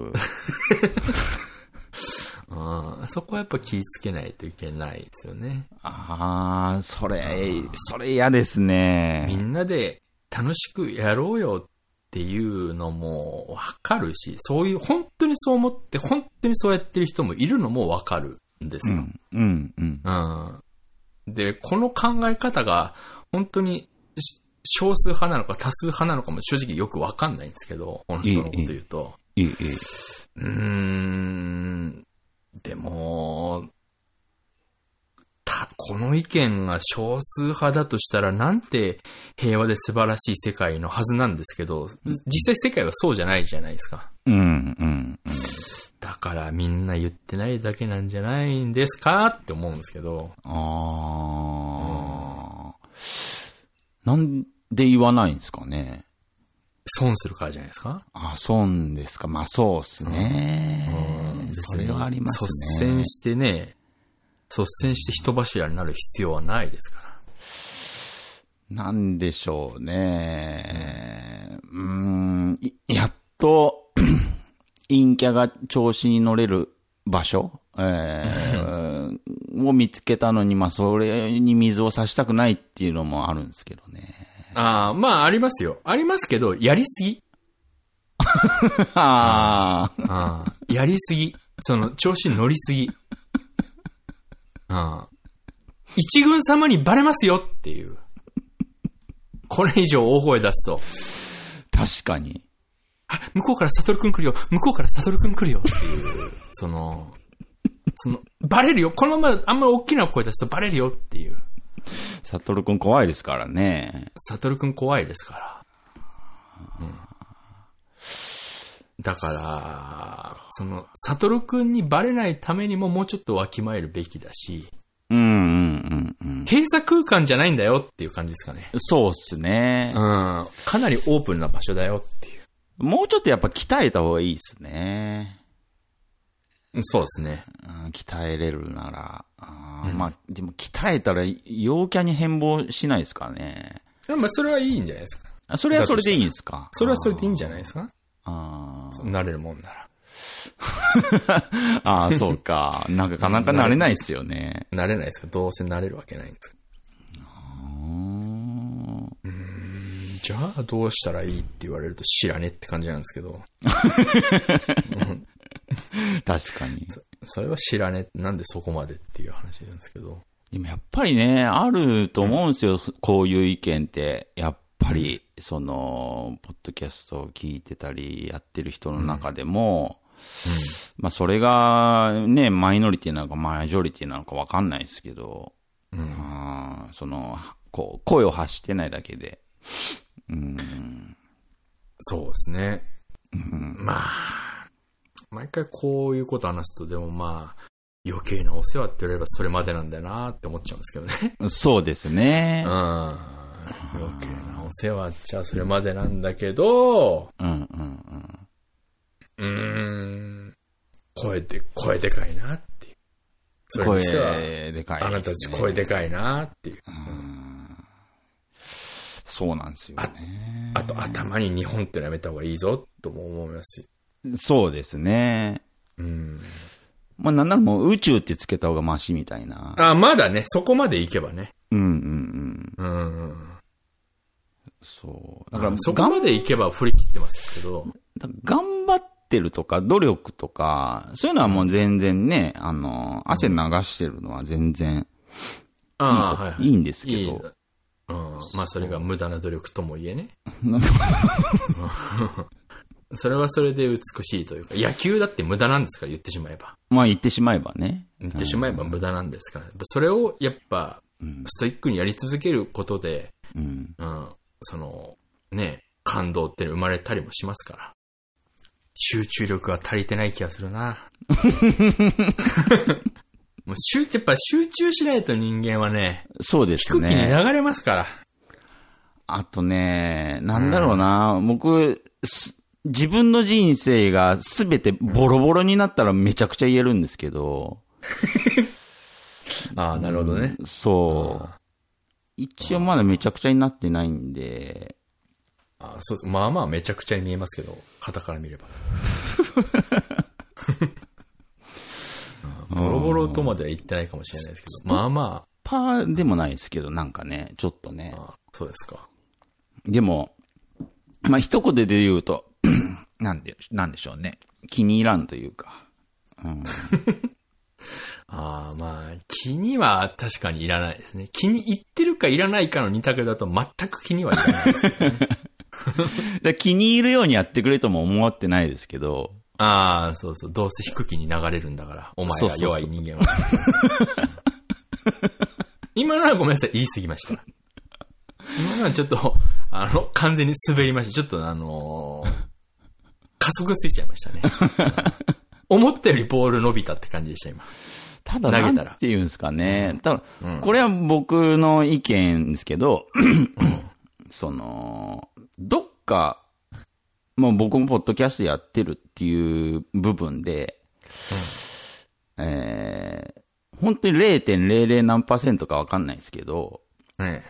うん、そこはやっぱ気ぃつけないといけないですよね。
ああ、それ、それ嫌ですね
み。んなで楽しくやろうよっていうのもわかるし、そういう、本当にそう思って、本当にそうやってる人もいるのもわかるんです
う
よ。
ん、うん、うん。
うん。で、この考え方が本当にし少数派なのか多数派なのかも正直よくわかんないんですけど、本当のこと言うと。
いい、いい。
うーん、でも、た、この意見が少数派だとしたら、なんて平和で素晴らしい世界のはずなんですけど、実際世界はそうじゃないじゃないですか。
うん、うん。
だからみんな言ってないだけなんじゃないんですかって思うんですけど。
ああ。なんで言わないんですかね。
損するからじゃないですか
あ、損ですか。まあ、そうっすね。それはあります
率
ね
先。してね、率先して人柱になる必要はないですから。
なんでしょうね。うーん、いやっと、 陰キャが調子に乗れる場所、えーを見つけたのに、まあ、それに水を差したくないっていうのもあるんですけどね。
ああ、まあありますよ。ありますけど、やりすぎ。
ああ、
ああ、やりすぎ。その、調子に乗りすぎ。ああ。一軍様にバレますよっていう。これ以上大声出すと、
確かに。
あ、向こうから悟くん来るよ、向こうから悟くん来るよっていう、その、その、バレるよ。このままあんまり大きな声出すとバレるよっていう。
サトルくん怖いですからね。
悟くん怖いですから。うん。だから、その、悟くんにバレないためにももうちょっとわきまえるべきだし、
うん、うん、うん、うん。
閉鎖空間じゃないんだよっていう感じですかね。
そうっすね
うん。。かなりオープンな場所だよっていう。
もうちょっとやっぱ鍛えた方がいいっすね。
そうですね。
うん鍛えれるなら、あーまあ、でも鍛えたら陽キャに変貌しないですからね。
まあ、それはいいんじゃないですか。
あそれはそれでいいんですか
それはそれでいいんじゃないですか。
あー
なれるもんなら。
あー、そうか。なんかなかなかなれないですよね。
なれないですか。どうせなれるわけないんですか
うーん
じゃあどうしたらいいって言われると知らねえって感じなんですけど。
確かに。
それは知らねえ。なんでそこまでっていう話なんですけど。
でもやっぱりね、あると思うんですよ。こういう意見って。やっぱり、その、ポッドキャストを聞いてたり、やってる人の中でも、まあ、それが、ね、マイノリティなのか、マイジョリティなのかわかんないですけど、
うん
あーその、こう、声を発してないだけで、うん、
そうですね。まあ、毎回こういうこと話すと、でもまあ、余計なお世話って言われればそれまでなんだよなって思っちゃうんですけどね。
そうですね
うん。。余計なお世話っちゃそれまでなんだけど、
うん、うん、うん。
うーん、声で、声でかいなっていう。それにしては、
声でかいですね、
あなたたち声でかいなっていう。
そうなんですよね。
あと頭に日本ってのやめた方がいいぞとも思いますし。
そうですね。
うん。
まあ、なんならもう宇宙ってつけた方がマシみたいな。
あ、まだね、そこまでいけばね。
うんうんうん。
うん。
そう。だ
だか
からら、
そこまでいけば振り切ってますけど。
がん頑張ってるとか、努力とか、そういうのはもう全然ね、あの、汗流してるのは全然
ああ、はいはい。
いいんですけ
いい
ど、
うん。まあそれが無駄な努力とも言えね。 それはそれで美しいというか、野球だって無駄なんですから言ってしまえば。
まあ言ってしまえばね。
言ってしまえば無駄なんですから。それをやっぱ、ストイックにやり続けることで、
うん。
うん、その、ね、感動って生まれたりもしますから。集中力が足りてない気がする な。もう集やっぱ集中しないと人間はね、
そうで
低
す
気に
ね。
流れますから。
あとね、なんだろうな、僕、す自分の人生がすべてボロボロになったらめちゃくちゃ言えるんですけど、
ああ、なるほどね。
そう。一応まだめちゃくちゃになってないんで、
ああそうです。まあまあめちゃくちゃに見えますけど、肩から見れ ば。うんボロボロとまでは言ってないかもしれないですけど、まあま
パーでもないですけど、なんかね、ちょっとね
あ、。ああそうですか。
でも、まあ、一言で言うと、 なんで、なんでしょうね。気に入らんというか。うん、
ああ、まあ、気には確かにいらないですね。気に入ってるかいらないかの二択だと全く気にはいらな いです。
で気に入るようにやってくれとも思ってないですけど、
ああ、そうそう。どうせ低気に流れるんだから。お前が弱い人 間は。今のはごめんなさい。言い過ぎました。今のはちょっと、あの、完全に滑りました。ちょっとあのー加速ついちゃいましたね。思ったよりボール伸びたって感じでした、今。
ただ、
投げた
な
ら
んて言うんですかね。ただ、これは僕の意見ですけど、 その、どっか、もう僕もポッドキャストやってるっていう部分で、えー本当に0.00何パーセントかわかんないですけど、
ね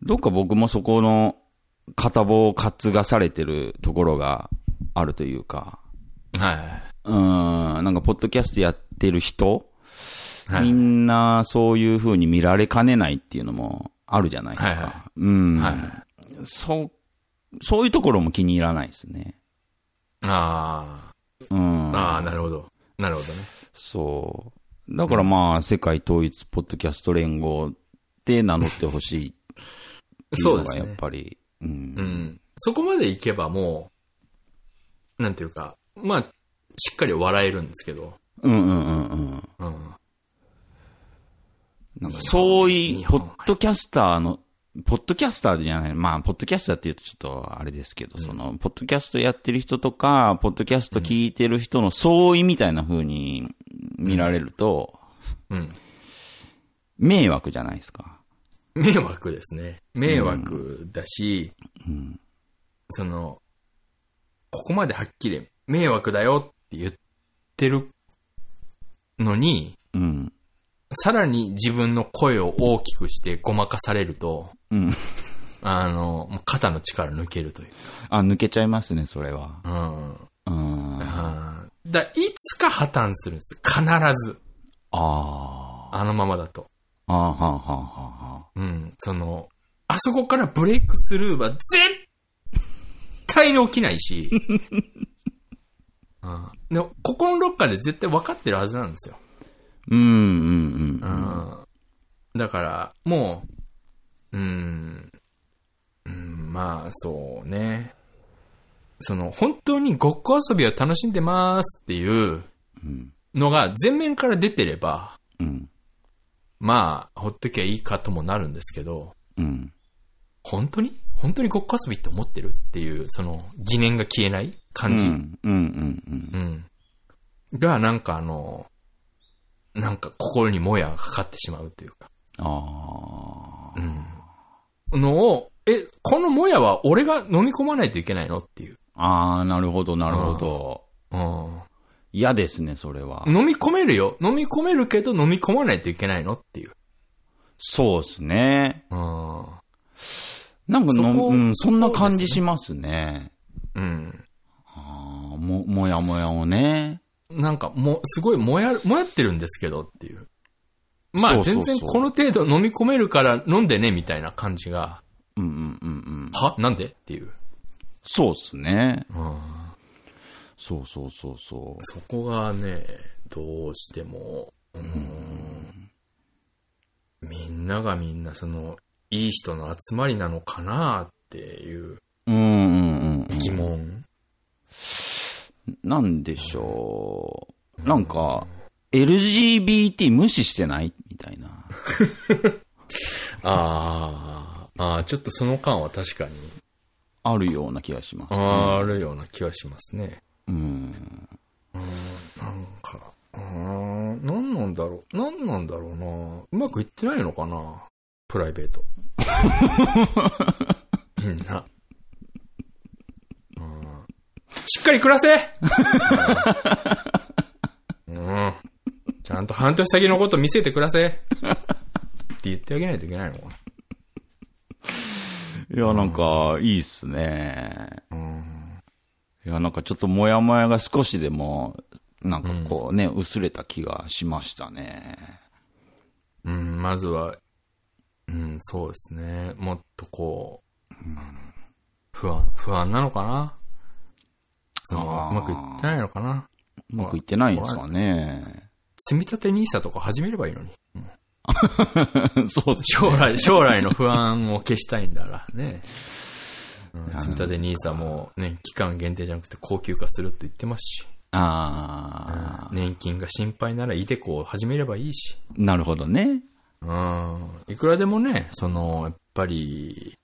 どっか僕もそこの片棒を担がされてるところがあるというか、
えはい。
うーん、なんかポッドキャストやってる人、
はい
みんなそういう風に見られかねないっていうのもあるじゃないですか。
はいは
うん、
は
そう、そういうところも気に入らないですね。
あ
うん
あ、。ああ、なるほど。なるほどね。
そう。だからまあ、世界統一ポッドキャスト連合って名乗ってほしいっていうのがやっぱり、うん
うん。そこまでいけばもう、なんていうか、まあ、しっかり笑えるんですけど、
うんうんうんうん。
うん。
なんか、そうい
日
う、ポ
本
ッドキャスターの、ポッドキャスターじゃない、まあ、ポッドキャスターって言うとちょっとあれですけど、その、ポッドキャストやってる人とか、ポッドキャスト聞いてる人の相違みたいな風に見られると、
うん。
迷惑じゃないですか。
迷惑ですね。迷惑だし、その、ここまではっきり迷惑だよって言ってるのに、
うん。
さらに自分の声を大きくしてごまかされると、
うん。
あの、もう肩の力抜けるという
あ、抜けちゃいますね、それは。
か。うん。
うん。あ
あーだいつか破綻するんです。必ず。
あ。
あのままだと。
ああ、はあ、はあ、はあ、はあ。
うん。その、あそこからブレイクスルーは絶対に起きないし、 うん、で心のロッカーで絶対分かってるはずなんですよ。
うん、うん、
うん。だから、もう、うん、うん、まあ、そうね。その、本当にごっこ遊びを楽しんでますっていう
うん。
のが前面から出てれば、
うん。
まあ、ほっときゃいいかともなるんですけど、
うん。
本当に本当にごっこ遊びって思ってるっていう、その疑念が消えない感じ。
う。
うん
うん。うん。
んが、なんかあの、なんか心にもやがかかってしまうというか。
ああ。
うん。のを、え、このもやは俺が飲み込まないといけないのっていう。
ああ、なるほど、なるほど。
うん。
嫌ですね、それは。
飲み込めるよ。飲み込めるけど飲み込まないといけないのっていう。
そうですね。
うん。
なんか
そ
の、
こ
うん、そんな感じ
そ
しますね。
うん。
ああ、も、もやもやをね。
なんかもう、すごいもや、もやってるんですけどっていう。ま
そ
あ
うそうそ
全
う
然この程度飲み込めるから飲んでねみたいな感じが、
うんうんうんうん。
はなんでっていう。
そうですね。
うん。
そうそうそうそう。
そこがね、どうしても、うん、みんながみんなその、いい人の集まりなのかなっていう
うんうんうんうん。
疑問。
なんでしょう。なんか、LGBT 無視してないみたいな。
あーあー、ちょっとその感は確かに
あるような気がします。
あるような気はしますね。
うん。
なんか、うーん、なんなんだろう、なんなんだろうなうまくいってないのかなプライベート。みんな。うんしっかり暮らせうん。ちゃんと半年先のこと見せて暮らせって言ってあげないといけないのか
いや、なんか、いいっすね。
なうん。
いや、なんかちょっともやもやが少しでも、なんかこうね、薄れた気がしましたね。
うん、まずは、うん、そうですね。もっとこう、不安、不安なのかなその
あー
うまくいってないのかな
うまくいってないんですかね。
積み立て NISA とか始めればいいのに。
そうっす
将来、将来の不安を消したいんだら ね。うん積み立て NISA もね、期間限定じゃなくて高級化するって言ってますし、
あ
年金が心配ならイデコを始めればいいし。
あ、なるほどね。
うん。いくらでもね、その、やっぱり、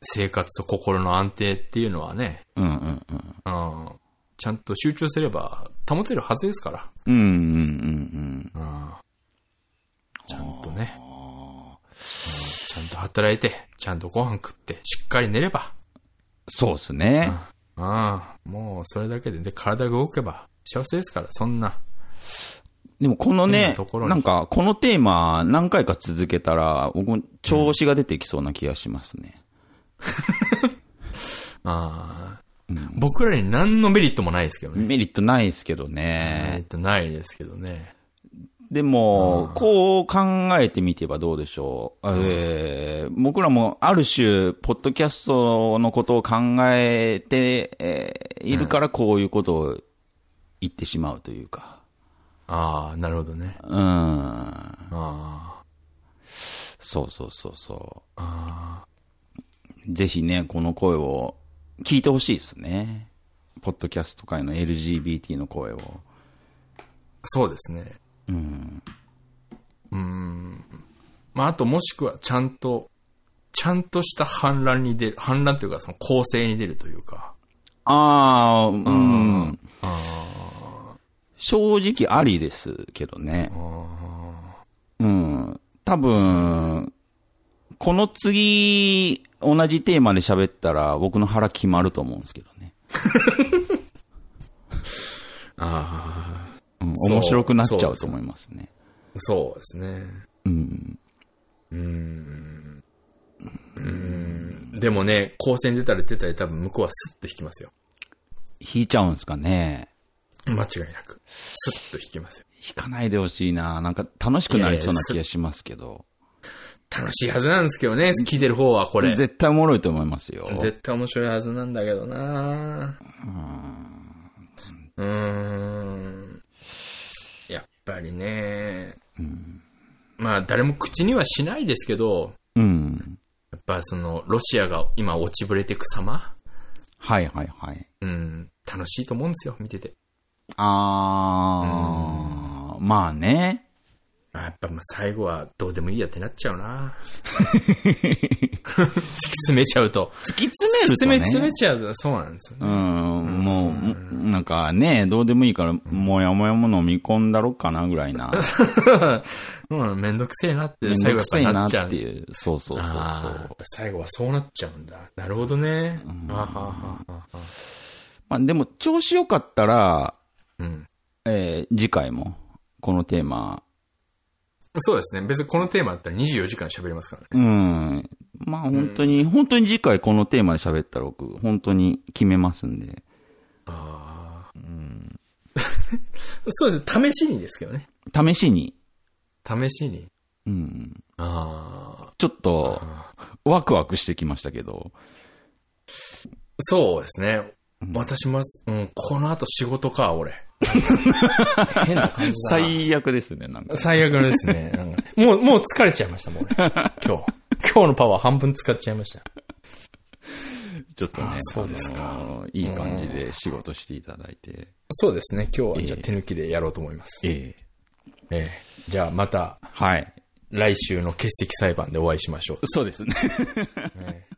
生活と心の安定っていうのはね、
うんうんうん。
うん。ちゃんと集中すれば保てるはずですから。
うんうんうん
うん。ちゃんとね。うんちゃんと働いて、ちゃんとご飯食って、しっかり寝れば。
そうっすね。
うん。もうそれだけで、で、体が動けば幸せですから、そんな。
でもこの
変
ね
なと、ころに
なんかこのテーマ何回か続けたら、僕も調子が出てきそうな気がしますね。
ああ
うん
僕らに何のメリットもないですけどね。
メリットないですけど
メリ
ね
ッ。トないですけどね。
でも、こう考えてみてはどうでしょう。えー僕らもある種、ポッドキャストのことを考えて、えーいるからこういうことを言ってしまうというか。
ああ、なるほどね。
うん。
あ
そうそうそうそ
あ、あ
う。ぜひね、この声を聞いてほしいですね。ポッドキャスト界の LGBT の声を。
あ、そうですね。うん。うん。まあ、あともしくは、ちゃんと、ちゃんとした反乱に出る、反乱というか、その構成に出るというか。
ああ、うん。
あ
正直ありですけどね
あ、。あ
うん。多分、この次、同じテーマで喋ったら、僕の腹決まると思うんですけどね。
あ、
うん、
そう
面白くなっちゃうと思いますね。
そうですね。
うん。
うん。うん。でもね、構成に出たら出たら多分向こうはスッと引きますよ。
引いちゃうんですかね。
間違いなく。スッと引きますよ。
引かないでほしいな。なんか楽しくなりそうな気がしますけど。
楽しいはずなんですけどね、聞いてる方はこれ。
絶対おもろいと思いますよ。
絶対面白いはずなんだけどなうーん。やっぱりね、まあ誰も口にはしないですけど、
うん。
やっぱその、ロシアが今落ちぶれてく様
はいはいはい。
うん、楽しいと思うんですよ、見てて。
あー、まあね。
あやっぱもう最後はどうでもいいやってなっちゃうな突き詰めちゃうと。
突き詰めると
詰め
ね。
詰めちゃうと、そうなんですよね。
うん、もう、なんかね、どうでもいいから、もやもやものを見込んだろっかなぐらいな。
うん、めんどくせえなって
めん
最
ど
後
くせ
や
え
っぱな
な
っちゃう
っ
ん
て
だ
いう。そうそうそう
あー
そ
や
う
っ。ぱ最後はそうなっちゃうんだ。なるほどね。あはははは
まあでも、調子良かったら、
うん。
えー次回も、このテーマ、
そうですね。別にこのテーマだったら24時間喋りますからね。
うん。まあ本当に、本当に次回このテーマで喋ったら僕、本当に決めますんで。
ああ。そうですね。試しにですけどね。
試しに、
試しに。
うん。
ああ。
ちょっと、ワクワクしてきましたけど。
そうですね。私も、うん、この後仕事か、俺。 変な感じだな。
最悪ですね、なんか。
最悪ですね。なんかもう、もう疲れちゃいました、 もう俺。今日。今日のパワー半分使っちゃいました。
ちょっと
あ
ね、
そうですか
あのーいい感じで仕事していただいて。
そうですね。今日は
ええ
じゃあ手抜きでやろうと思います。え
ええ。
えじゃあまた
はい。
来週の欠席裁判でお会いしましょう。
そうですね。
ええ